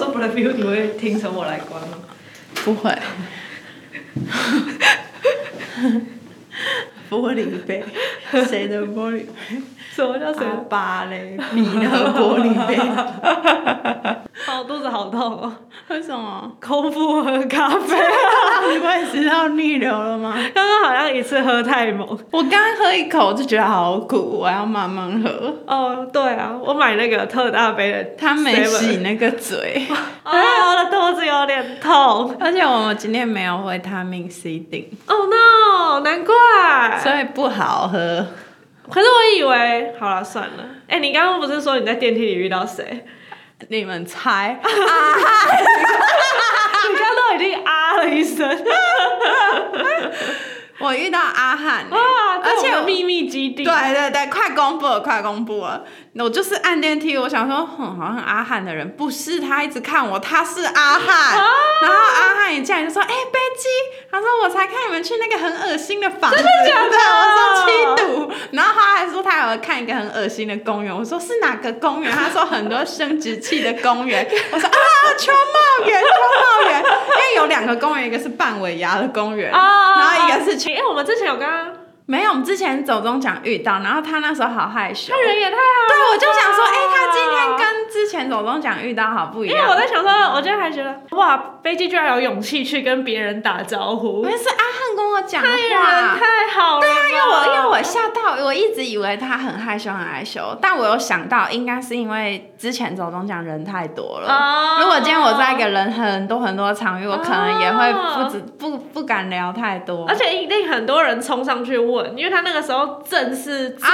review 你会听从我来关吗？不会， 玻璃杯，谁的玻璃杯？什么叫谁？阿爸嘞，你的玻璃杯？ 哦，肚子好痛哦， 为什么？空腹喝咖啡，你胃食道逆流了吗？刚刚好像一次喝太猛。我刚喝一口就觉得好苦，我要慢慢喝。哦，对啊，我买那个特大杯的 7-Eleven，他没洗那个嘴，啊，我的肚子有点痛。 而且我们今天没有维他命 C 锭， Oh no，难怪。所以不好喝。可是我以为，好了，算了。哎、你刚刚不是说你在电梯里遇到 谁？你们猜？啊你刚刚都已经啊了一 声， 我遇到阿汉、欸，哇！而且这我种秘密基地，对对对，快公布了，快公布了！我就是按电梯，我想说，哼，好像阿汉的人不是他，一直看我，他是阿汉。 啊然后阿汉一进来就说：“哎、贝基，他说我才看你们去那个很恶心的房子，真的假的我说七堵。然后他还说他有看一个很恶心的公园，我说是哪个公园？他说很多生殖器的公园。 我说啊，秋茂园，秋茂园，因为有两个公园，一个是半尾牙的公园，啊，然后一个是因为我们之前有刚刚，没有，我们之前走中奖遇到，然后他那时候好害羞他。人也太好了吧，对，我就想说，哎、他今天跟之前走中奖遇到好不一因为样。我在想说，我今天还觉得哇，飞机居然有勇气去跟别人打招呼我，是阿汉跟我讲他人话。太好了吧。对啊，因为我因为我吓到，我一直以为他很害羞，很害羞，但我有想到，应该是因为之前走中奖人太多了。哦如果今天我在一个人很多很多的场域，我可能也会哦不止不不敢聊太多。而且一定很多人冲上去问，因为他那个时候正是最最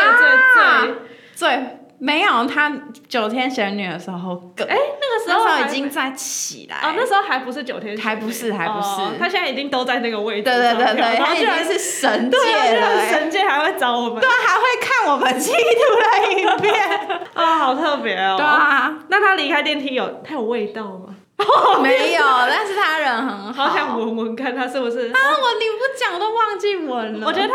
啊最，最没有他九天玄女的时候更，哎、那个时那候时还候已经在起来。哦，那时候还不是九天玄女，还不是还不是哦他现在已经都在那个位置，对对对对，然他后已居然经是神界对啊，居了、然哎神界还会找我们对，，啊还会看我们七度的影片。啊、好特别哦。对，啊，那他离开电梯有他有味道吗？哦没有，但是他人很好。好想闻闻看他是不是啊，，我你不讲我都忘记闻了。我觉得他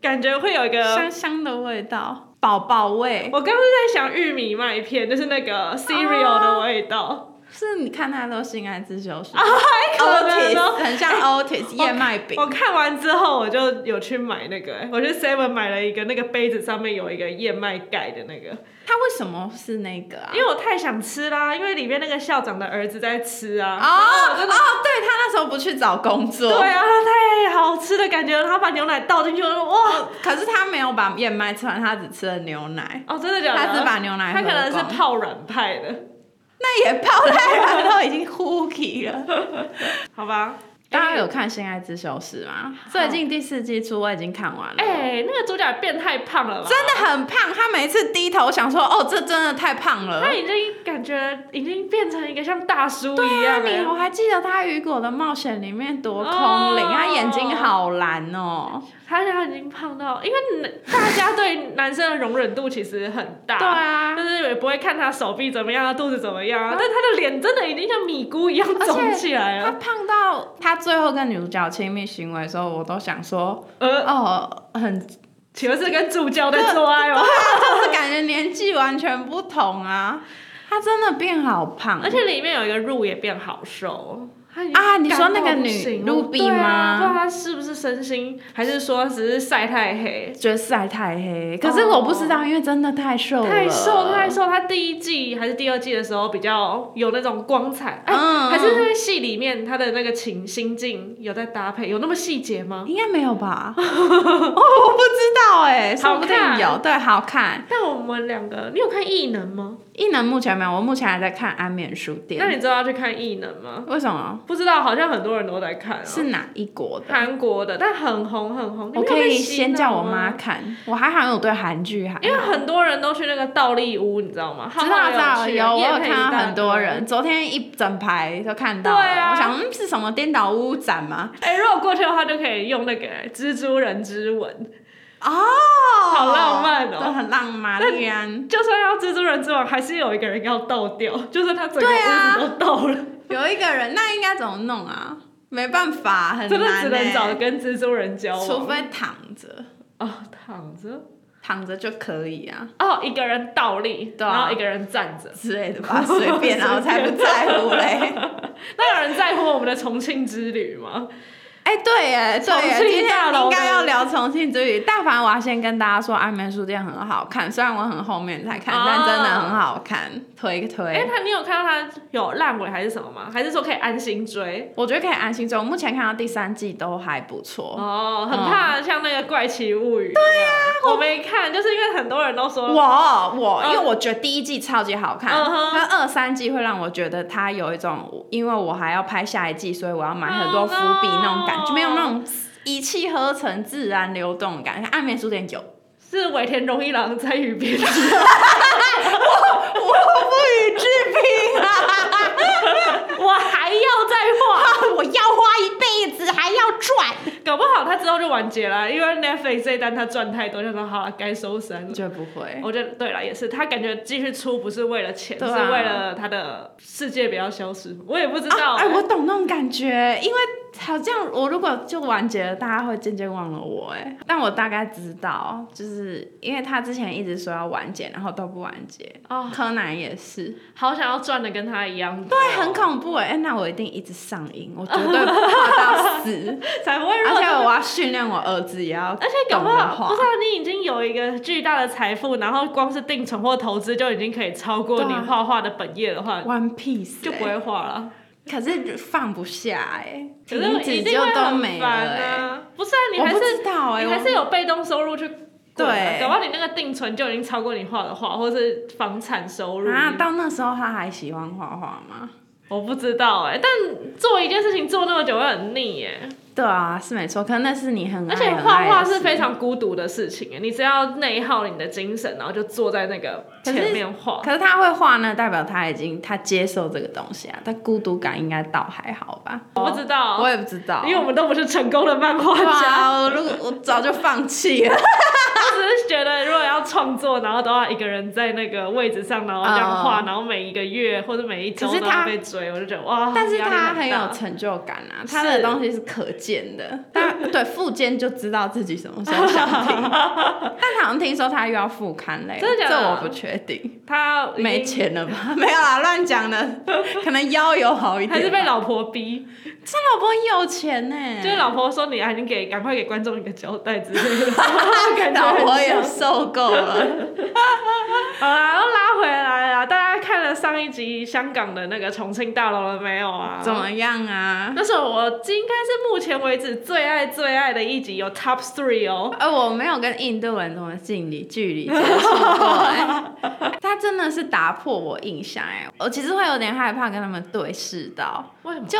感觉会有一个。香香的味道，宝宝味。我刚刚是在想玉米麦片，就是那个 cereal 哦的味道，是你看他都性爱自 修室哦太可能哦，Otis 很 像 Otis 燕麦饼我。看完之后，我就有去买那个、欸我去 Seven 买了一个那个杯子上面有一个燕麦盖的那个，他为什么是那个啊因？为我太想吃啦，因为里面那个校长的儿子在吃啊。哦然后我就哦，对他那时候不去找工作，对啊，太好吃的感觉了，他把牛奶倒进去，我说哇，可是他没有把燕麦吃完，他只吃了牛奶，哦，真的假的？他只把牛奶他喝可能是光泡软派的，那也泡太软都已经呼起了。好吧？大家有看《性爱自修室》吗？最近第四季出，我已经看完了。哎、那个主角变太胖了吧？真的很胖，他每次低头想说：“哦，这真的太胖了他。已经感觉已经变成一个像大叔”一对啊，样、你欸。我还记得他《雨果的冒险》里面多空灵，哦他眼睛好蓝哦。他他已经胖到，因为男大家对男生的容忍度其实很大，对啊就，是也不会看他手臂怎么样，他肚子怎么样，啊但他的脸真的已经像米糊一样而且肿起来他了。胖到他最后跟女主角亲密行为的时候，我都想说：“呃，哦，很请问是跟助教在做爱吗？啊就是感觉年纪完全不同啊。”他真的变好胖，而且里面有一个鹿也变好瘦。他已经啊你说干到那个不女行鹿我币对啊吗不知道他是不是身心，还是说只是晒太黑？觉得晒太黑。可是我不知道，因为真的哦太瘦了，太瘦太瘦，他第一季还是第二季的时候比较有那种光彩，哎、嗯还是因为戏里面他的那个情心境有在搭配，有那么细节吗？应该没有 吧？我我不知道哎、说不定好看有。对，好看。但我们两个，你有看异能吗？异能目前没有，我目前还在看《安眠书店那》。你知道要去看异能吗？为什么？不知道，好像很多人都在看、啊，是哪一国的？韩国的，但很红很红。你我没有可被以洗先脑叫我吗妈看。我还好像有对韩剧还好。啊因为很多人都去那个倒立屋，你知道吗？知道知道去有，我夜有配一看到大很多堆人，。昨天一整排都看到了。啊对啊我想嗯是什么颠倒屋展吗？哎、如果过去的话，就可以用那个哎蜘蛛人之吻。哦，好浪漫哦都很浪漫，依然就算要蜘蛛人之吻，还是有一个人要倒掉，就是他整个屋对啊子都倒了，有一个人，那应该怎么弄啊？没办法，很真的难只能欸找跟蜘蛛人交往。除非躺着，哦，躺着躺着就可以 啊。哦，一个人倒立，对啊然后一个人站着。之类的吧，随便啊，我才不在乎嘞。的重庆之旅吗？ 哎、对耶，对耶，重庆今大天楼应的该要聊重庆之旅。但凡我要先跟大家说，安眠书店很好看，虽然我很后面才看，哦但真的很好看，推推。哎、他你有看到他有烂尾还是什么吗？还是说可以安心追？我觉得可以安心追，我目前看到第三季都还不错。哦，很怕像那个《怪奇物语》。对呀、我没看，就是因为很多人都说，我我，嗯因为我觉得第一季超级好看，嗯哼但二三季会让我觉得它有一种，因为我还要拍下一季，所以我要埋很多 Oh 伏 no 笔那种感觉，没有那种一气呵成、自然流动的感觉。暗面书店 有，是尾田荣一郎在与别人。 我不予置评啊！我还要 再画，我要花一辈子，还要赚，搞不好他之后就完结了，因为 Netflix 这一单他赚太多，就说好了，该收山了我。觉得不会。我觉得对了，也是，他感觉继续出不是为了钱，对是啊为了他的世界不要消失。我也不知道、啊哎、我懂那种感觉，因为好像我如果就完结了，大家会渐渐忘了我哎。但我大概知道，就是因为他之前一直说要完结，然后都不完结。哦，柯南也是， 好想要赚的跟他一样多，对，很恐怖哎、哎那我一定一直上瘾， 我绝对画到死， 才不会而让且我要训练我儿子也要，而且搞不好，不懂是啊，你已经有一个巨大的财富，然后光是定存或投资就已经可以超过你对啊画画的本业的话，得画 One Piece，哎就不会画了。可是放不下哎、可停是一止定就会都很没了烦哎、啊！不是啊，你我还不是知道哎、你我还是有被动收入去滚啊。对搞不好你那个定存就已经超过你画的画，或是房产收入啊，到那时候他还喜欢画画吗？我不知道哎、但做一件事情做那么久会很腻耶、对啊，是没错，可能那是你很爱而且很画爱的画是事非常孤独的事情耶、你只要内耗你的精神，然后就坐在那个可是前面画。可是他会画呢，代表他已经他接受这个东西啊，但孤独感应该倒还好吧？我不知道，我也不知道，哦因为我们都不是成功的漫画家，哇，我如果我早就放弃 了，我只是觉得如果要创作，然后都要一个人在那个位置上，然后这样画，嗯然后每一个月或者每一周可是都他要被追，我就觉得哇，但是压力他很很有大成就感啊，他的是东西是可见的，但对复健就知道自己什么时候想 停，但好像听说他又要复刊嘞，真的假的这我不确定，他已经没钱了吧？没有啦，乱讲的，可能腰有好一点吧，还是被老婆逼，这老婆很有钱呢、就是老婆说你还能给赶快给观众一个交代之 类的，感觉老很婆也像受够了，好啦，又拉回来啦！大家看了上一集香港的那个重庆大楼了没有啊？怎么样啊？那是我这应该是目前为止最爱最爱的一集，有 top three 哦。呃，我没有跟印度人这么近离距离接触过、 哎他真的是打破我印象哎、我其实会有点害怕跟他们对视到，为什么？就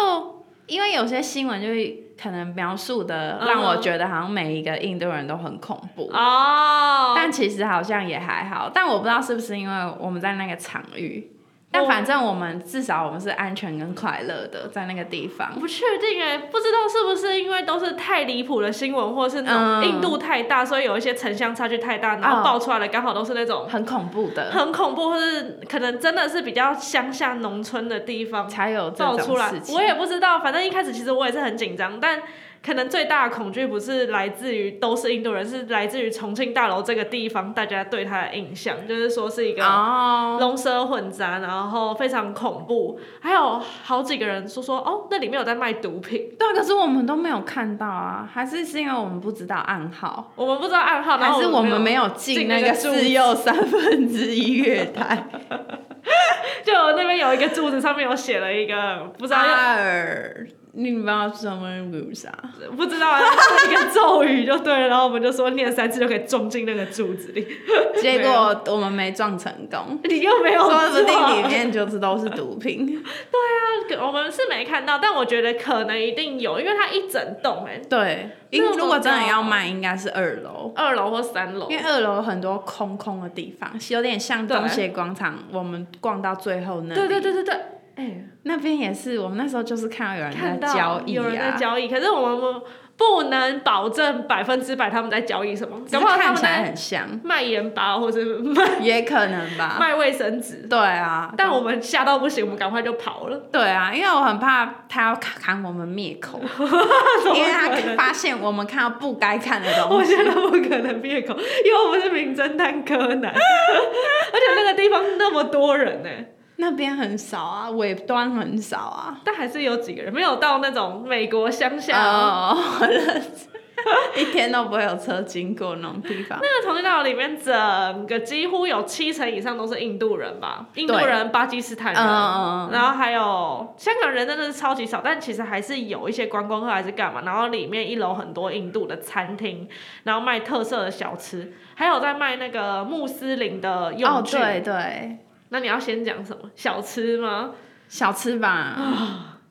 因为有些新闻就是可能描述的让我觉得好像每一个印度人都很恐怖，哦，但其实好像也还好，但我不知道是不是因为我们在那个场域。但反正我们至少我们是安全跟快乐的，在那个地方我。不确定哎、不知道是不是因为都是太离谱的新闻，或是那嗯种印度太大，所以有一些城乡差距太大，然哦后爆出来的刚好都是那种很恐怖的，很恐怖，或是可能真的是比较乡下农村的地方才有这爆种出来事，情。我也不知道。反正一开始其实我也是很紧张，但可能最大的恐惧不是来自于都是印度人，是来自于重庆大楼这个地方大家对它的印象，就是说是一个哦，龙蛇混杂，然后非常恐怖。还有好几个人说说哦，那里面有在卖毒品，对啊，可是我们都没有看到啊，还是是因为我们不知道暗号，我们不知道暗号，然还后是我们没有，有进进那那个个柱子四又三分之一月 台？就那边有一个柱子上面有写了一个不知道要、阿尔，你不知道什么啊路啥？ 不知道啊是一个咒语就对了，然后我们就说念三次就可以撞进那个柱子里，结果我们没撞成功，你又没有说不撞定里面就是都是毒 品。我们是没看到，但我觉得可能一定有，因为它一整栋哎、对，因那为么如果真的要卖，应该是二楼。二楼或三楼因，为二楼有很多空空的地方，有点像对东协广场，我们逛到最后那里。对对对对对，哎、那边也是，我们那时候就是看到有看人在到交易有人在啊，交易，可是我们不能保证百分之百他们在交易什么，只搞是不好他看们起来在 很像，卖盐巴或者卖也可能吧。卖卫生纸，对啊，但我们吓到不行，我们赶快就跑了，对啊，因为我很怕他要砍砍我们灭口， 因为他发现我们看到不该看的 东我西。觉得不可能灭口， 因为我们是名侦探柯南，而且那个地方那么多人呢、那边很少啊，尾端很少啊。但还是有几个人没有到那种美国乡下哦、哦，我认识 一天都不会有车经过那种地方。那个重庆大楼里面，整个几乎有七成以上都是印度人吧，印度对人、巴基斯坦嗯人，嗯嗯然后还有香港人真的是超级少，但其实还是有一些观光客还是干嘛。然后里面一楼很多印度的餐厅，然后卖特色的小吃，还有在卖那个穆斯林的嗯，哦用具。对对，那你要先讲什么？小吃吗？小吃吧，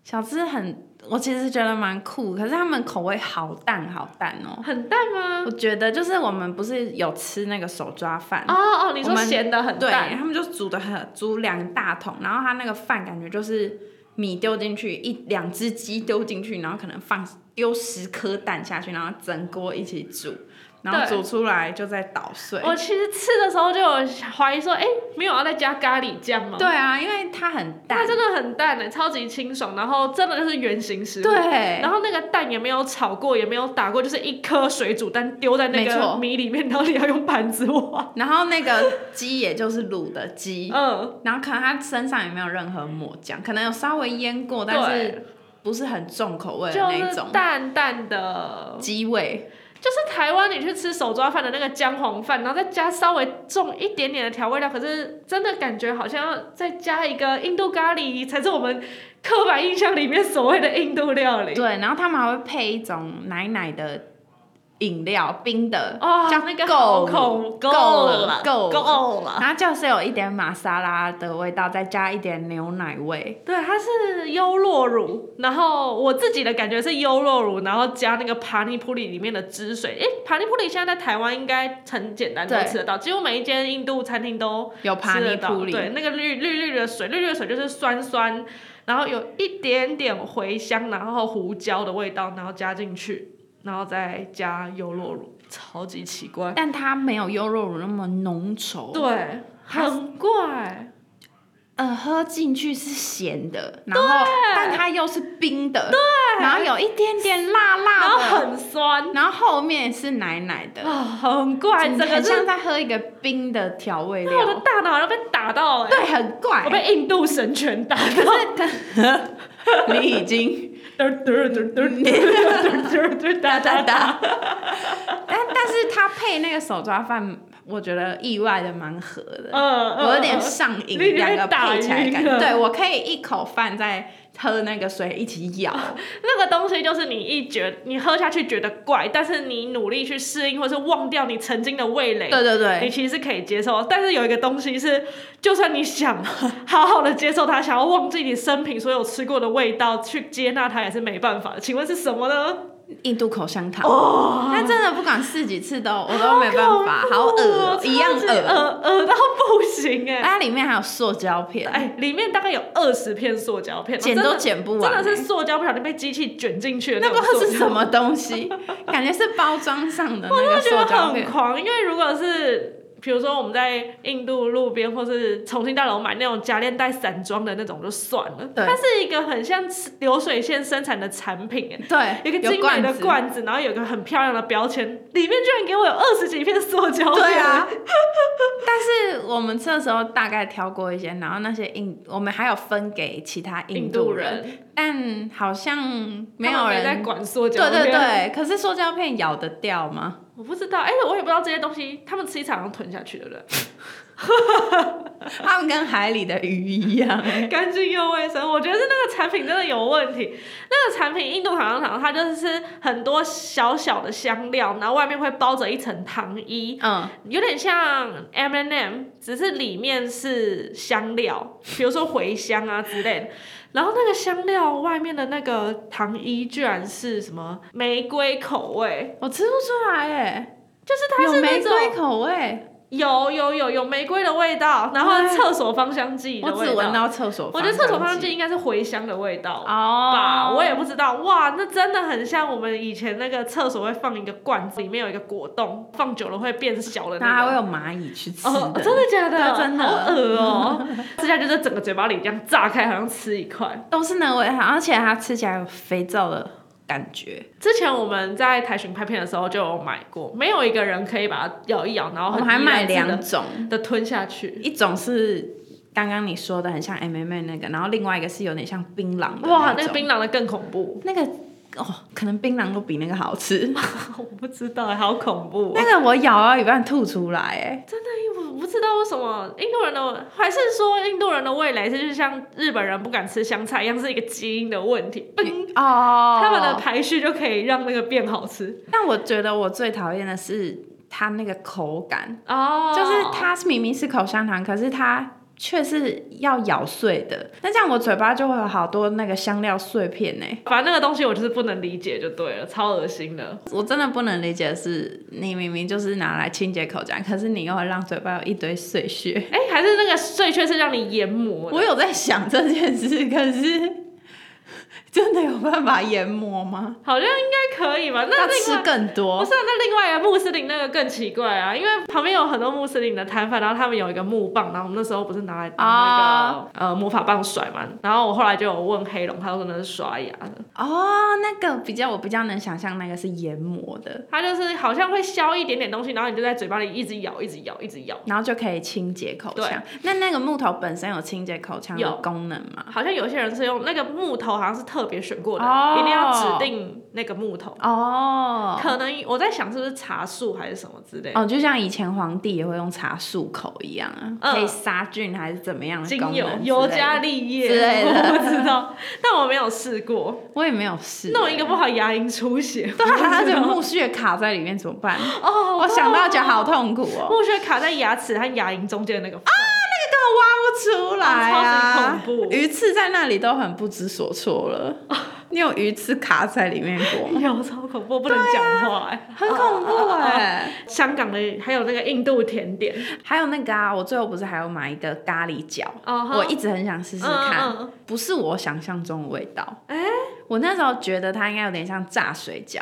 小吃很，我其实觉得蛮酷，可是他们口味好淡好淡哦。很淡吗？我觉得就是我们不是有吃那个手抓饭，哦哦，你我说们咸的很对淡，他们就煮的很煮两大桶，然后他那个饭感觉就是米丢进去一两只鸡丢进去，然后可能放丢十颗蛋下去，然后整锅一起煮，然后对煮出来就再捣碎。我其实吃的时候就有怀疑说，哎、没有要再加咖喱酱吗？对啊，因为它很它淡，真的很淡的、欸超级清爽，然后真的就是圆形食物。对然后那个蛋也没有炒过，也没有打过，就是一颗水煮蛋丢在那没个错米里面，然后你要用盘子挖。然后那个鸡也就是卤的鸡，嗯，然后可能它身上也没有任何抹酱，可能有稍微腌过，但是对，不是很重口味的就那是种淡淡的，鸡味。就是台湾你去吃手抓饭的那个姜黄饭，然后再加稍微重一点点的调味料，可是真的感觉好像要再加一个印度咖喱，才是我们刻板印象里面所谓的印度料 理。对，然后他们还会配一种奶奶的饮料，冰的，哦，叫那个够好恐够了，了够了够了。然后就是有一点玛莎拉的味道，再加一点牛奶味。对，它是优酪乳，然后我自己的感觉是优酪乳，然后加那个帕尼普里里面的汁水。诶，帕尼普里现在在台湾应该很简单都对吃得到，几乎每一间印度餐厅都有帕吃得尼到。普里，对，那个绿绿绿的水，绿绿的水就是酸酸，然后有一点点茴香，然后胡椒的味道，然后加进去，然后再加优酪乳，超级奇怪。但它没有优酪乳那么浓稠。，对，很怪。呃，喝进去是咸的，然后但它又是冰的，对，然后有一点点辣然后辣的，很酸然后后面是奶奶的，啊，很怪，整整个个很是像在喝一个冰的调味那我的料，大脑要被打到哎、对，很怪我。被印度神拳打可到，是它，你 已经。嘚嘚嘚嘚嘚嘚嘚嘚哒哒哒哒哒。 哒。但但是他配那个手抓饭，我觉得意外的蛮合的，嗯，我有点上瘾，两个配起来的感觉，对对，我可以一口饭再喝那个水一起咬，那个东西就是你一觉你喝下去觉得怪，但是你努力去适应，或是忘掉你曾经的味蕾，对对你对。其实是可以接受的。但是有一个东西是，就算你想好好的接受它，想要忘记你生平所有吃过的味道，去接纳它也是没办法的。请问是什么呢？印度口香糖，那真的不管试几次都我都没办法，好恶恶、哦，一样恶恶。恶到不行哎、它里面还有塑胶片，哎，里面大概有二十片塑胶片，剪真都的剪不真的。完是塑胶不小心被机器卷进去的 那种不知道是塑胶什么 东西，感觉是包装上的那个我觉得塑胶很片。狂，因为如果是比如说我们在印度路边或是重庆大楼买那种夹链袋散装的那种就算了，对它是一个很像流水线生产的产品哎。对，有一个精美罐的子罐子，然后有一个很漂亮的标签，里面居然给我有二十几片塑胶片。对啊， 但是我们吃的时候大概挑过一些，然后那些印我们还有分给其他印印度度人，人但好像没他有们没在人。管塑胶对片。对对，可是塑胶片咬得 掉吗？我不知道，哎、我也不知道这些东西，他们吃一场要吞下去，对不对？它们跟海里的鱼一样。 干净又卫生，我觉得是那个产品真的有问题。那个产品印度糖糖糖，它就是很多小小的香料，然后外面会包着一层糖衣，嗯，有点像 M and M，只是里面是香料，比如说茴香啊之类的。然后那个香料外面的那个糖衣居然是什么玫瑰口味，我吃不出来哎，就是它有是玫那种瑰口味，有有有有玫瑰的味道，然后哎厕所芳香剂的我味道。只闻到厕所我芳觉得香剂。厕所芳香剂应该是茴香的味道哦，吧，我也不知道。哇，那真的很像我们以前那个厕所会放一个罐子，里面有一个果冻，放久了会变小的那那还会个。有蚂蚁去吃哦，的。真的假的？对真的好恶哦、吃下去就整个嘴巴里这样炸开，好像吃一块。都是那味道，而且它吃起来有肥皂的感觉。之前我们在台巡拍片的时候就有买过，没有一个人可以把它咬一咬，然后我很们还依然买地两种，的吞下去。一种是刚刚你说的很像 M M A 那个，然后另外一个是有点像槟榔的哇，那那个种槟榔的更恐怖，那个哦，可能槟榔都比那个好 吃。 我不知道，好恐怖、那个我咬到一半吐出来，哎，我不知道为什么印度人的，还是说印度人的味蕾是就像日本人不敢吃香菜一样，是一个基因的问题。嗯哦他们的排序就可以让那个变好吃但我觉得我最讨厌的是它那个口感，哦就是它明明是口香糖，可是它却是要咬碎的。那这样我嘴巴就会有好多那个香料碎片呢。反正那个东西我就是不能理解就对了，超恶心的。我真的不能理解的是，你明明就是拿来清洁口腔，可是你又会让嘴巴有一堆碎屑。哎、还是那个碎屑是让你欸研磨的，我有在想这件事，可是 真的有办法研磨吗？好像应该可以吧？那要另吃外。更不多是、啊，那另外一个穆斯林那个更奇怪啊，因为旁边有很多穆斯林的摊贩，然后他们有一个木棒，然后我们那时候不是拿来当那哦个、呃魔法棒甩嘛，然后我后来就有问黑龙，他说那是刷牙的，哦。那个比较，我比较能想象那个是研磨的，它就是好像会削一点点东西，然后你就在嘴巴里一直咬，一直咬，一直咬。然后就可以清洁口对腔。那那个木头本身有清洁口腔的有功能吗？好像有些人是用那个木头，好像是特别选过的哦一定要指定那个木头。哦可能我在想是不是茶树还是什么之类的，哦，就像以前皇帝也会用茶漱口一样啊，嗯可以杀菌还是怎么样的精功油、能之尤类的加利叶之类 的我不知道，但我没有试 过，我也没有试欸。弄一个不好牙龈出血。 对啊，它不知的道木屑卡在里面怎么办？哦，我想到觉得好痛苦哦，木屑卡在牙齿和牙龈中间的那个缝。根本挖不出来啊哦超级恐怖哦鱼刺在那里都很不知所措了。你有鱼刺卡在里面 过吗？有哎超恐怖，不能讲话、哎很恐怖哎、欸香港的还有那个印度甜点，还有那个啊，我最后不是还有买一个咖喱饺哦哈我一直很想试试看嗯嗯嗯哎不是我想象中的味道。我那时候觉得它应该有点像炸水饺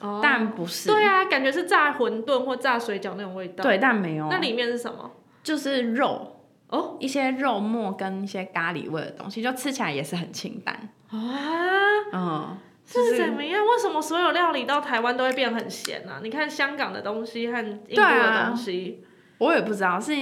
哦但不是对啊，感觉是炸馄饨或炸水饺那种味道。，对，哦但没有，那里面是什么？就是肉哦一些肉末跟一些咖喱味的东西，就吃起来也是很清淡。啊，嗯，这是怎么样？为什么所有料理到台湾都会变很咸啊？你看香港的东西和印度对的啊东西，我也不知道是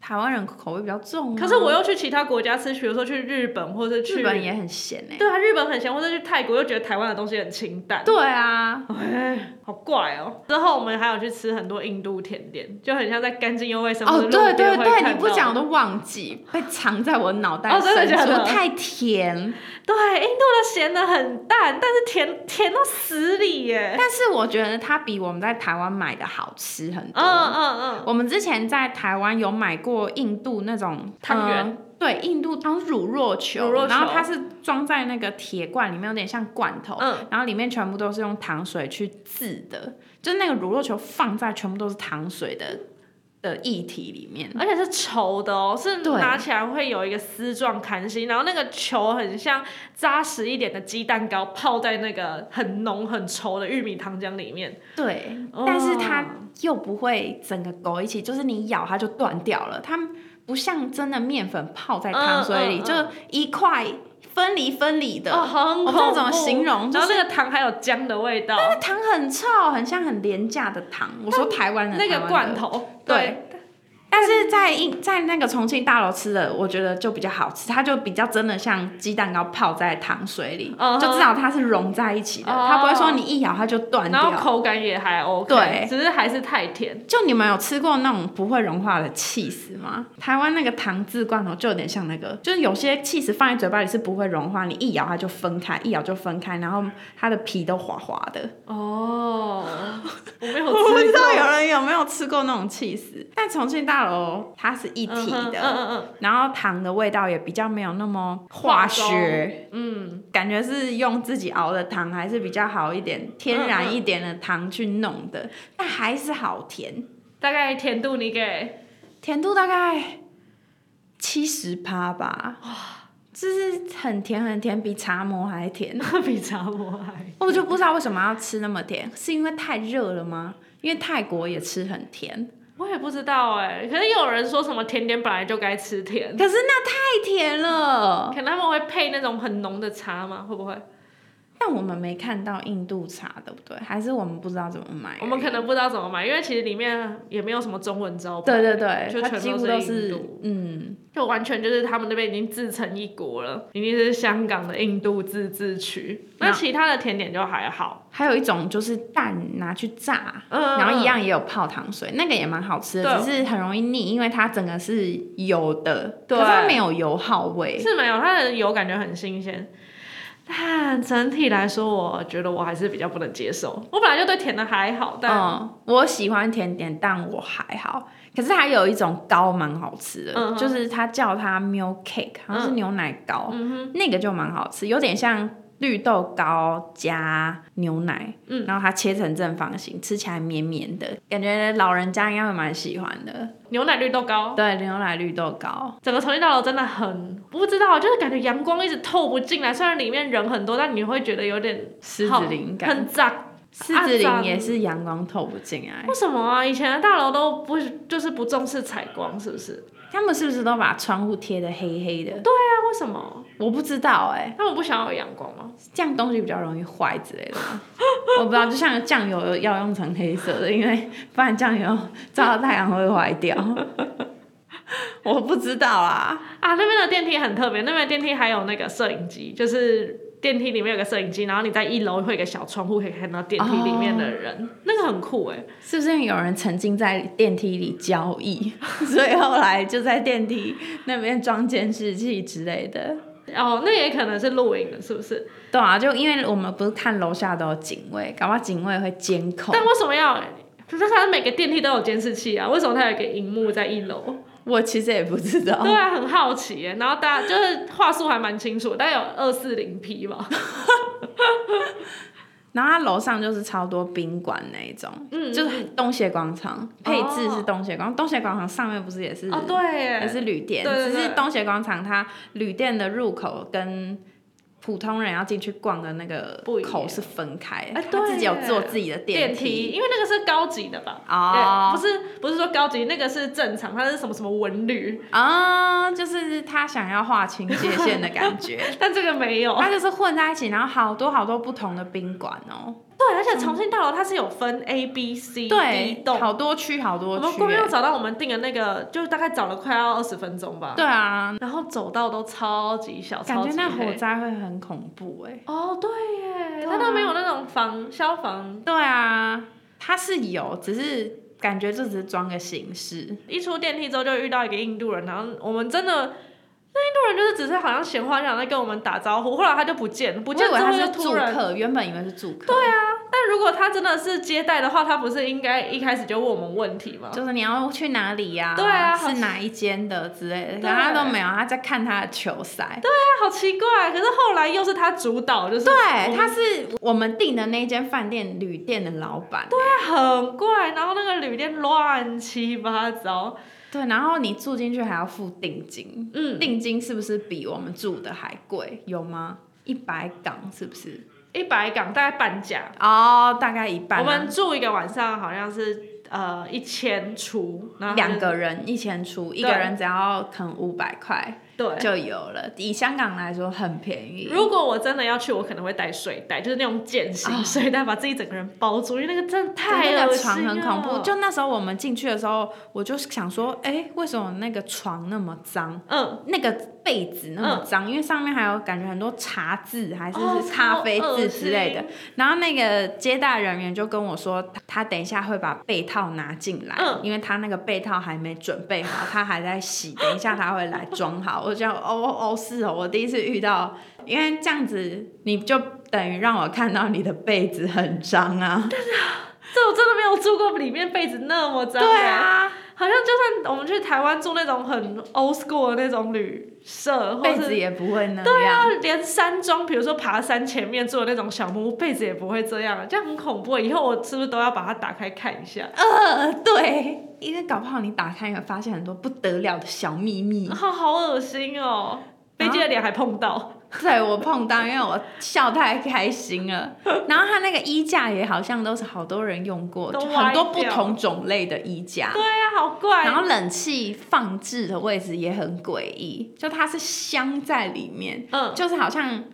台湾人口味比较重、啊，可是我又去其他国家吃，比如说去日本或者去日本也很咸哎、对啊，日本很咸，或者去泰国又觉得台湾的东西很清淡。对啊，哎， 好怪哦！之后我们还有去吃很多印度甜点，就很像在干净又卫生。或哦者路对边对会对，看你不到讲我都忘记，被藏在我脑袋哦真的深处，假的太甜。对，印度的咸的很淡，但是甜甜到死里耶。但是我觉得它比我们在台湾买的好吃很多。嗯嗯嗯，我们之前在台湾有买过印度那种汤圆呃对，印度汤乳酪球，乳酪球然后它是装在那个铁罐里面，有点像罐头，嗯然后里面全部都是用糖水去制的，就是那个乳酪球放在全部都是糖水的的液体里面。而且是稠的哦，是对拿起来会有一个丝状弹性，然后那个球很像扎实一点的鸡蛋糕，泡在那个很浓很稠的玉米糖浆里面。对，哦但是它又不会整个勾一起，就是你咬它就断掉了，它不像真的面粉泡在汤水里，嗯嗯嗯就一块分离分离的。哦，很恐我不知怖。道怎么形容，就然是后那个糖还有姜的味道，那糖很臭，很像很廉价的糖。我说台湾的那台湾个的罐头，对，对。但是在印在那个重庆大楼吃的，我觉得就比较好吃，它就比较真的像鸡蛋糕泡在糖水里嗯哼就至少它是融在一起的哦它不会说你一咬它就断然后掉。口感也还 OK，对只是还是太甜。就你们有吃过那种不会融化的 cheese 吗？台湾那个糖渍罐哦头就有点像那个，就是有些 cheese 放在嘴巴里是不会融化，你一咬它就分开，一咬就分开，然后它的皮都滑滑的。哦，我没有吃我不知道过有人有没有吃过那种 cheese，但重庆大楼它是一体嗯哼的，嗯嗯然后糖的味道也比较没有那么化学，嗯感觉是用自己熬的糖还是比较好一点，天然一点的糖去弄的，但还是好甜，嗯，大概甜度你给甜度大概七十趴吧，就是很甜很甜，比茶魔还甜。比茶我还我就不知道为什么要吃那么甜，是因为太热了吗？因为泰国也吃很甜。 我也不知道哎、可是有人说什么甜点本来就该吃甜，可是那太甜了，哦哎可能他们会配那种很浓的茶吗？会不会？但我们没看到印度茶，对不对？还是我们不知道怎么买而已？我们可能不知道怎么买，因为其实里面也没有什么中文招牌，对对对，就它全几都乎是都印是度嗯，就完全就是他们那边已经自成一国了，已经是香港的印度自治区。那那其他的甜点就还好，还有一种就是蛋拿去炸，嗯，然后一样也有泡糖水，那个也蛮好吃的，对只是很容易腻，因为它整个是油的，对可是它没有油耗嗯味。是没有，它的油感觉很新鲜。但整体来说，我觉得我还是比较不能接受。我本来就对甜的还好，但、嗯，我喜欢甜点，但我还好。可是它有一种糕蛮好吃的，嗯哼嗯就是它叫它 milk cake，好像是牛奶糕，那个就蛮好吃，有点像绿豆糕加牛奶，嗯然后它切成正方形，吃起来绵绵的，感觉老人家应该会蛮喜欢的。牛奶绿豆糕，对，牛奶绿豆糕，整个重庆大楼真的很不知道，就是感觉阳光一直透不进来。虽然里面人很多，但你会觉得有点狮好子林感。啊很脏。狮子林暗也藏是阳光透不进来为，什么啊？以前的大楼都不就是不重视采光，是不是？他们是不是都把窗户贴的黑黑的？那为什么？我不知道哎、他们不想要有阳光吗？这样东西比较容易坏之类的吗。 我不知道，就像酱油要用成黑色的，因为 不然酱油照到太阳会坏掉。 我不知道啊，啊，那边的电梯很特别，那边的电梯还有那个摄影机，就是电梯里面有个摄影机，然后你在一楼会有个小窗户，可以看到电梯里面的哦人，那个很酷哎、是不是因为有人曾经在电梯里交易，所以后来就在电梯那边装监视器之类的？哦，那也可能是录影的，是不是？对啊，就因为我们不是看楼下都有警卫，搞不好警卫会监控。但为什么要？就是它每个电梯都有监视器啊，为什么它有一个荧幕在一楼？我其实也不知道对，啊，很好奇耶。然后大家就是话术还蛮清楚，大概有二四零 P 吧。然后它楼上就是超多宾馆那一种，嗯，就是东协广场配置是东协广场，东协广场上面不是也是、哦，对耶也是旅店，对对对只是东协广场它旅店的入口跟普通人要进去逛的那个不一样口是分开的，哎它自己有对耶做自己的电梯梯，因为那个是高级的吧？哦对，不是不是说高级，那个是正常，它是什么什么文旅，啊、就是他想要划清界限的感觉。但这个没 有。它就是混在一起，然后好多好多不同的宾馆哦，对，而且重庆大楼它是有分 A、B、C、D 对，栋。好多区好我多区们光要欸，找到我们订的那个，就大概找了快要二十分钟吧。对啊，然后走道都超级小，感超觉级那黑火灾会很恐怖哎、哦，对耶，对啊它都没有那种防消防。对啊，它是有，只是感觉就只是装个形式。一出电梯之后就遇到一个印度人，然后我们真的。那印度人就是只是好像闲话家常在跟我们打招呼，后来他就不见，不我见以之为后他就是住突然客，原本以为是住客。对啊，但如果他真的是接待的话，他不是应该一开始就问我们问题吗？就是你要去哪里呀、对啊好是哪一间的之类的，可对他都没有，他在看他的球赛。对，他好奇怪，可是后来又是他主导，就是我他是我们订的那间饭店旅店的老板。对很怪，然后那个旅店乱七八糟，对，然后你住进去还要付定金，嗯，定金是不是比我们住的还贵？有吗？一百港是不是？一百港大概半价，哦，大概一半、我啊。们住一个晚上好像是呃一千出，然后他就两个人一千出，一个对人只要可能五百块对。就有了。以香港来说很便宜，如果我真的要去，我可能会带睡袋，就是那种茧啊型睡袋，把自己整个人包住，因为那个真的太对那恶个心床很恐怖。了就那时候我们进去的时候，我就想说，哎、为什么那个床那么脏？嗯，那个被子那么脏，因为上面还有感觉很多茶渍还是哦是咖啡超渍恶之类的。心然后那个接待人员就跟我说，他他等一下会把被套拿进来，嗯因为他那个被套还没准备好，他还在洗，等一下他会来装好。我就想哦哦哦，是哦，我第一次遇到，因为这样子你就等于让我看到你的被子很脏啊。这我真的没有住过，里面被子那么脏、对啊，好像就算我们去台湾住那种很 old school 的那种旅社，或被是子也不会那对样。啊，连山庄，比如说爬山前面住的那种小木屋，被子也不会这样，这样很恐怖。以后我是不是都要把它打开看一下？呃，对，因为搞不好你打开会发现很多不得了的小秘密。 然后好恶心哦，飞机的脸还碰到，对我碰到，因为我笑太开心了。然后它那个衣架也好像都是好多人用过，都就歪很多不掉同种类的衣架。对啊，好然怪。后冷气放置的位置也很诡异，就它是镶在里面，嗯，就是好像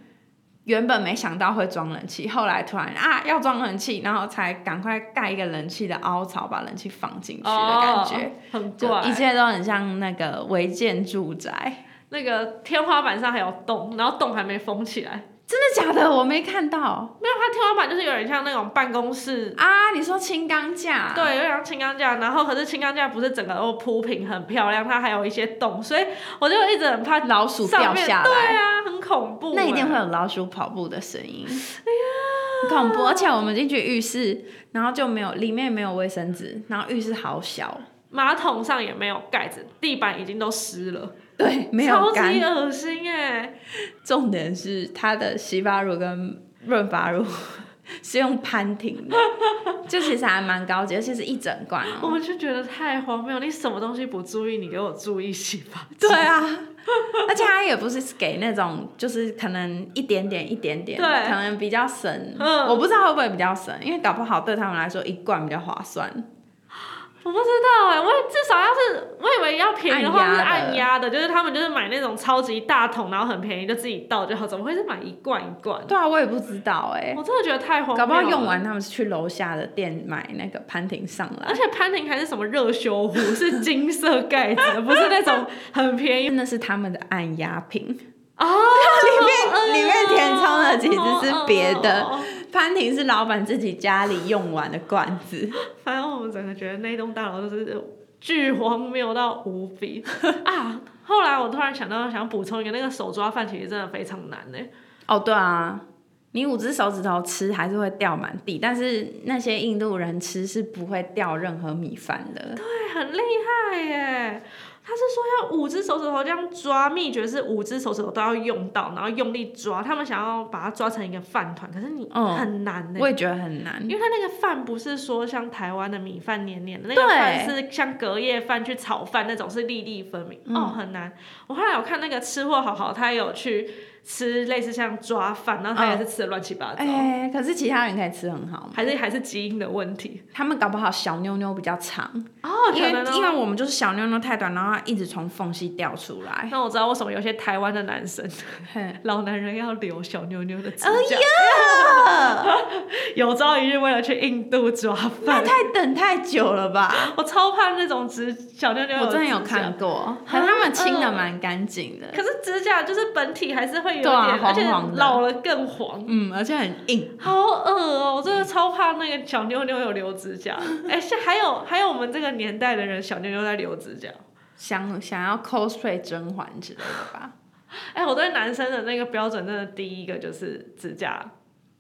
原本没想到会装冷气，后来突然啊要装冷气，然后才赶快盖一个冷气的凹槽，把冷气放进去的感觉，哦、很就一怪。切都很像那个违建住宅。那个天花板上还有洞，然后洞还没封起来。真的假的？我没看到没有，它天花板就是有点像那种办公室，啊！你说轻钢架？对，有点像轻钢架。然后可是轻钢架不是整个都铺平很漂亮，它还有一些洞，所以我就一直很怕老鼠上掉面下来，对啊，很恐怖欸、那一定会有老鼠跑步的声音，很恐怖。而且我们进去浴室，然后就没有里面没有卫生纸，然后浴室好小，马桶上也没有盖子，地板已经都湿了，对，没有超干级。恶心哎、重点是它的洗发乳跟润发乳 是用潘婷的，就其实还蛮高级，而且是一整罐哦。我就觉得太荒谬，你什么东西不注意，你给我注意洗发剂。对啊， 而且它也不是给那种，就是可能一点点一点点，对可能比较省。嗯我不知道会不会比较省，因为搞不好对他们来说一罐比较划算。 我不知道哎、我也至少要是我以为要便宜的话按压是的按压的，就是他们就是买那种超级大桶，然后很便宜就自己倒就好，怎么会是买一罐一罐？对啊，我也不知道哎、我真的觉得太荒谬了，搞不好用完他们是去楼下的店买那个潘婷上来而，且潘婷还是什么热修壶，是金色盖子的，不是那种很便宜真的是他们的按压 品。哦。 里面里面填充的嗯其实是别的哦哦哦潘婷是老板自己家里用完的罐子，反正我们整个觉得那栋大楼就是巨荒谬到无比啊！后来我突然想到，想补充一个，那个手抓饭其实真的非常难欸呢、哦，对啊，你五只手指头吃还是会掉满地，但是那些印度人吃是不会掉任何米饭的。对，很厉害哎耶！他是说要五只手指头这样抓，秘诀是五只手指头都要用到，然后用力抓。他们想要把它抓成一个饭团，可是你嗯很难呢、我也觉得很难因，为它那个饭不是说像台湾的米饭黏黏的，那个对嗯饭是像隔夜饭去炒饭那种，是粒粒分明。哦，很难。我后来有看那个吃货好好，他有去吃类似像抓饭，然后他也是吃的乱七八糟，哎、可是其他人可以吃很好嘛，还是还是基因的问题。他们搞不好小妞妞比较长，哦，因可能为因为哦。我们就是小妞妞太短，然后它一直从缝隙掉出 来。那我知道为什么有些台湾的男生，哎嘿哎老男人要留小妞妞的指甲。有朝一日为了去印度抓那饭，太等太久了 吧？我超怕那种指小妞妞。我真的有，看过，可嗯是他们清的蛮干净的，可是指甲就是本体还是会有一对点，啊而且黄黄的老了更黄，嗯，而且很硬。好恶哦、我真的超怕那个小妞妞有留指 甲。哎、现还有还有我们这个年代的人小妞妞在留指甲。想想要 cosplay 甄嬛之类的吧？哎、我对男生的那个标准，真的第一个就是指甲。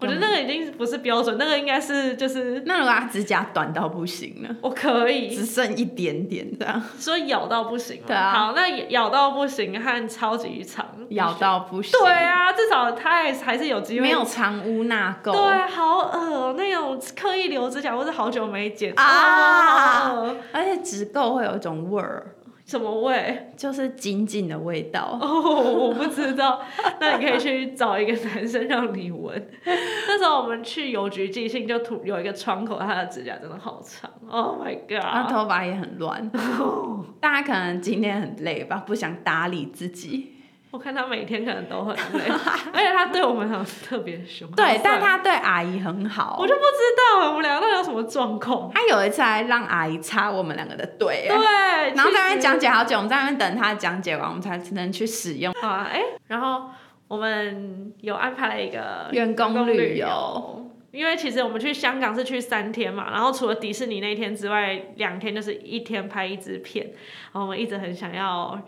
我觉得啊那个已经不是标准，那个应该是就是那如果他指甲短到不行呢？我可以只剩一点点这样，说咬到不行嘛。对啊好，那咬到不行和超级长。咬到不行。对，啊，至少他还还是有机会没有藏污纳垢。对，好恶哦、那种刻意留指甲，或是好久没剪啊好恶而且指垢会有一种味儿，什么味？就是紧紧的味道。哦，我不知道。 那你可以去找一个男生让你闻。那时候我们去邮局寄信，就吐有一个窗口，他的指甲真的好长。Oh my 然后 god！头发也很 乱，大家可能今天很累吧，不想打理自己。我看他每天可能都很 累，而且他对我们很特别凶。对，算了但他对阿姨很好我。就不知道我们两个到底有什么状况。他有一次还让阿姨插我们两个的队，对，然其后在那边实讲解好久，我们在那边等他讲解完，我们才能去使用。好啊，哎、然后我们有安排了一个员工工旅旅游游，因为其实我们去香港是去三天嘛，然后除了迪士尼那一天之外，两天就是一天拍一支片，然后我们一直很想要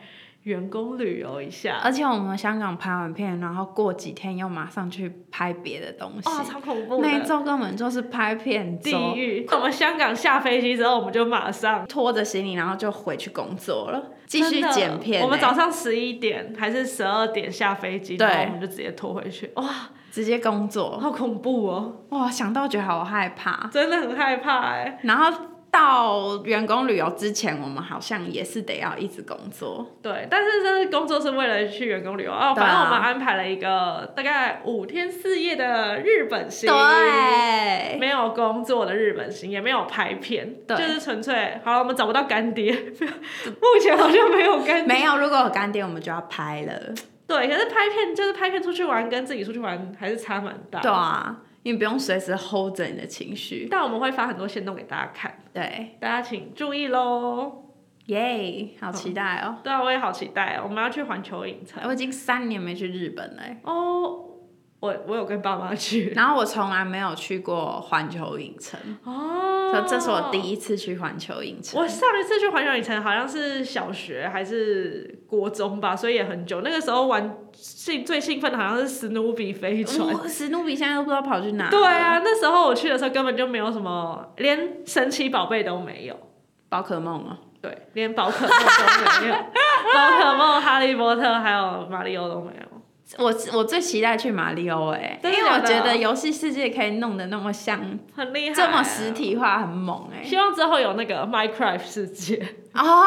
员工旅游一下，而且我们香港拍完片，然后过几天又马上去拍别的东西，哇、超恐怖那一的。周根本就是拍片地周，狱！我们香港下飞机之后，我们就马上拖着行李然后就回去工作了，继续真的剪片欸、我们早上十一点还是十二点下飞机，对然后我们就直接拖回去。哇，直接工作，好恐怖哦！哇，想到觉得好害怕。真的很害怕哎、然后到员工旅游之前，我们好像也是得要一直工作，对，但是这是工作是为了去员工旅游哦。对啊反正我们安排了一个大概五天四夜的日本行，，对，没有工作的日本行，也没有拍片，对就是纯粹好了，我们找 不到干爹，目前好像没有干爹。没有如果有干爹，我们就要拍了。对，可是拍片就是拍片出去玩跟自己出去玩还是差蛮大。对啊，你不用随时 hold 着你的情绪。但我们会发很多线动给大家看，对，大家请注意喽。耶，好期待哦！对啊，我也好期待哦，我们要去环球影城我已经三年没去日本了欸、哦。我我有跟爸妈去然后我从来没有去过环球影城，哦所以这是我第一次去环球影城。我上一次去环球影城好像是小学还是国中吧，所以也很久。那个时候玩最最兴奋的好像是史努比飞船。我史努比现在都不知道跑去哪。对，啊，那时候我去的时候根本就没有什么，连神奇宝贝都没有，宝可梦哦。对，连宝可梦都没有，宝可梦、哈利波特还有马里奥都没有。我我最期待去马里奥哎、真的因为我假的觉得游戏世界可以弄得那么像，很厉害、啊这么实。体化，很猛哎、希望之后有那个 Minecraft 世界，哦，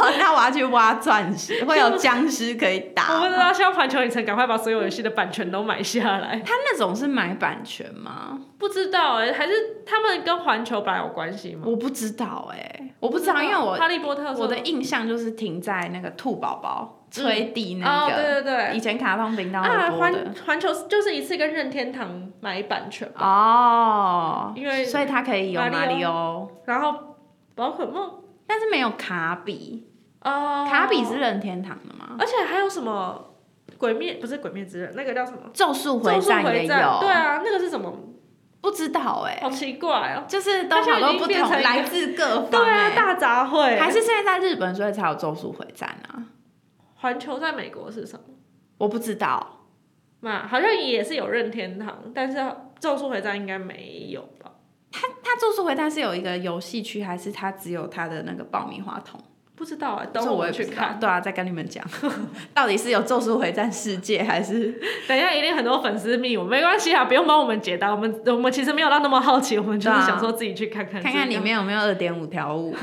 那我要去挖钻石，会有僵尸可以打我不知吗。道，希望环球影城赶快把所有游戏的版权都买下来。他那种是买版权吗？不知道哎、还是他们跟环球本来有关系吗？我不知道哎、我不知道，因为我哦哈利波特我的说印象就是停在那个兔宝宝吹地那哦，个，对对对，以前卡通频道啊，会播的环。环球就是一次跟任天堂买版啊权，哦，因为所以它可以有马马里哦里奥，然后宝可梦但是没有卡比。哦，卡比是，任天堂的吗？啊而且还有什么鬼灭不是鬼灭之刃，那个叫什么？咒术咒回术战也回战，对有，啊，那个是什么？不知道哎，好奇怪哦。就是都它现好在多已经不变同，成一个来自各对啊，方哎。大杂烩。还是现在在日本，所以才有咒术回战啊？环球在美国是什么？我不知道，嘛，好像也是有任天堂，但是咒术回战应该没有吧？它咒术回战是有一个游戏区，还是它只有它的那个爆米花桶？不知道啊，等这我我也们不去知道看。。对啊，再跟你们讲， 到底是有咒术回战世界，还是 等一下一定很多粉丝密我，没关系啊，不用帮我们解答，我们我们其实没有到那么好奇，我们就是对啊想说自己去看看，看看自己里面有没有二点五条悟？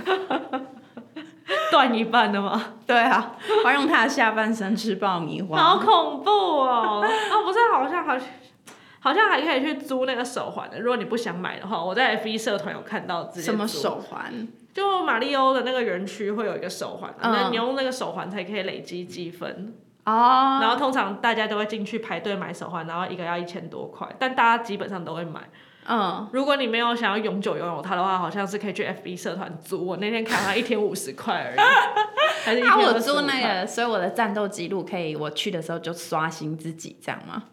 断一半的吗？ 对啊，我要用他的下半身吃爆米花。好恐怖哦！哦，不是，好像好像好像还可以去租那个手环的，如果你不想买的话，我在 FB 社团有看到直接 什么租？手环？就马里欧的那个园区会有一个手环、啊，嗯那、你用那个手环才可以累积积分。哦，然后通常大家都会进去排队买手环，然后一个要一千多块，但大家基本上都会买。嗯，如果你没有想要永久拥有它的话，好像是可以去 FB 社团租。我那天看它一天五十块而 已，还是一天啊，我25租那块个，所以我的战斗记录可以，我去的时候就刷新自己，这样吗？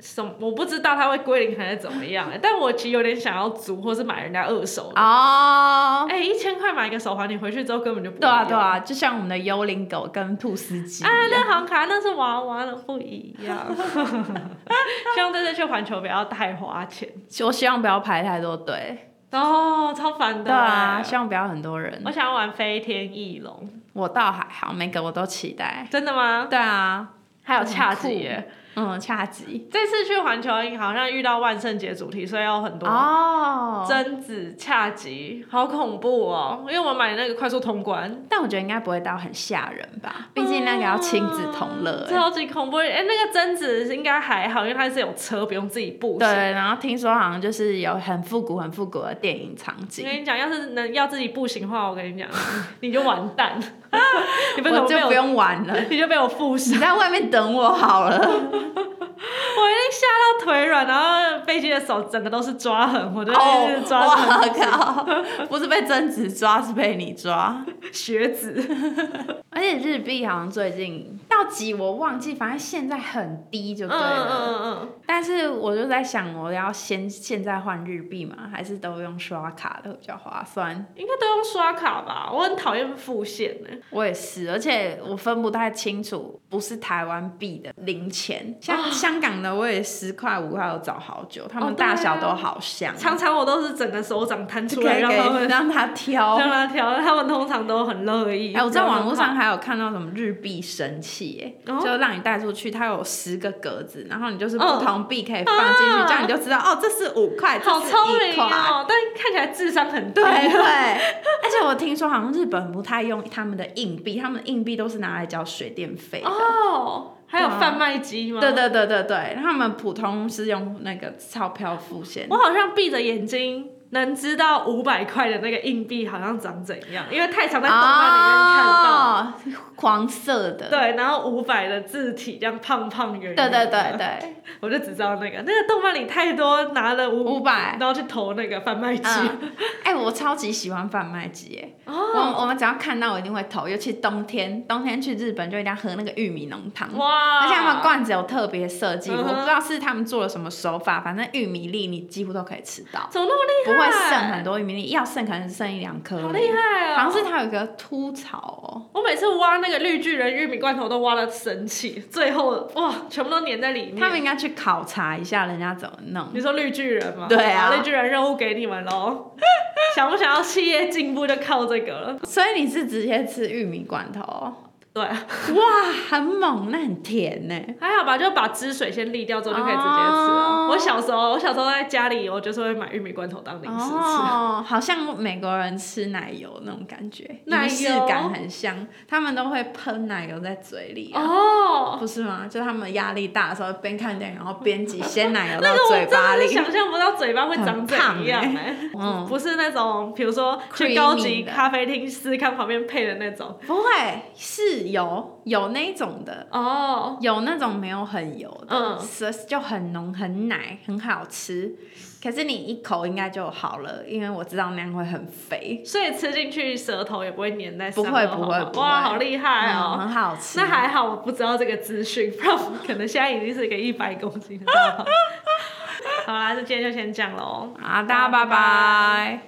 什么我不知道它会归零还是怎么样、欸但我其实有点想要租，或是买人家二手的。哦，哎、一千块买一个手环，你回去之后根本就不对啊，会用对。啊，就像我们的幽灵狗跟兔司机一啊，样。那好卡那是娃娃的不一样。 希望这次去环球不要太花钱 我希望不要排太多队。哦，超烦的。对啊，希望不要很多人我。想要玩飞天翼龙，我倒还好，每个我都期待。真的吗？对啊，还有恰很吉酷耶，嗯，恰吉。这次去环球影好像遇到万圣节主题，所以有很多哦，贞子、恰吉，好恐怖哦！因为我买那个快速通关，但我觉得应该不会到很吓人吧，毕竟那个嗯要亲子同乐、欸。超级恐怖！哎、那个贞子应该还好，因为它是有车，不用自己步行。对，然后听说好像就是有很复古、很复古的电影场我景。跟你讲，要是能要自己步行的话，我跟你讲，你 就完 蛋，你不我能就被不我，用玩了，你就被我附身，你在外面等我好了。我一定吓到腿软，然后飞机的手整个都是抓痕，我都一哦直，抓痕、我靠，不是被贞子抓，是被你抓。血子。而且日币好像最近到几我忘记，反正现在很低就嗯对嗯了。嗯嗯，但是我就在想，我要先现在换日币嘛，还是都用刷卡的会比较划算？嗯应该都用刷卡吧？我很讨厌付现呢、欸我也是，而且我分不太清楚，不是台湾币的零钱，像香港的我也十块五块，我找好久，他们啊哦对啊大小都好像， 常常我都是整个手掌摊就出可来以让他给们让他挑。让他挑，他们通常都很乐意。哎、我在不要网络怕上还有看到什么日币神器、哎、哦就让你带出去，它有十个格子，然后你就是不嗯同币可以放进去，啊这样你就知道，哦，这是五块，这好是聪一明块。哦，但看起来智商很低。对对，而且我听说好像日本不太用他们的硬币，他们的硬币都是拿来交水电费的。哦，还有贩卖机吗？对对啊对对对，他们普通是用那个钞票付现。我好像闭着眼睛能知道五百块的那个硬币好像长怎样，因为太常在动漫里面看到。哦，黄色的，对，然后五百的字体这样胖胖圆圆。对对对。对， 我就只知道那个，那个动漫里太多拿了五五百然后去投那个贩卖机。嗯，哎、我超级喜欢贩卖机耶，哦，我我们只要看到我一定会投，尤其冬天，冬天去日本就一定要喝那个玉米浓汤。哇！而且他们罐子有特别设计，嗯哼我不知道是他们做了什么手法，反正玉米粒你几乎都可以吃到，怎么那么不厉害？啊会剩啊很多玉米粒，要剩可能剩一两颗而已。好厉害哦！好像是它有一个秃草哦，我每次挖那个绿巨人玉米罐头都挖的神奇，最后哇，全部都粘在里面。他们应该去考察一下人家怎么弄。你说绿巨人吗？对啊好绿巨人任务给你们喽。 想不想要企业进步就靠这个了。所以你是直接吃玉米罐头哦，对，哇，很猛，那很甜呢。还好吧，就把汁水先沥掉之后就可以直接吃了。哦我小时候，我小时候在家里，我就是会买玉米罐头当零食吃。哦，好像美国人吃奶油那种感觉，奶油仪式感很香，他们都会喷奶油在嘴里、啊。哦，不是吗？就他们压力大的时候，边看电影，然后边挤鲜奶油那到个我嘴真巴的是里。想象不到嘴巴会长怎样很哎、烫 嗯，不是那种，比如说去高级咖啡厅试看旁边配的那种不会，是有有那种的，哦， 有那种没有很油的，嗯是、就很浓很奶，很好吃。可是你一口应该就好了，因为我知道那样会很肥。所以吃进去舌头也不会粘在上不面。会好不好会不会哇，好厉害嗯哦！很好吃。那还好我不知道这个资讯，不然我可能现在已经是一个一百公斤的大胖。好啦，那今天就先这样喽。啊，大家拜拜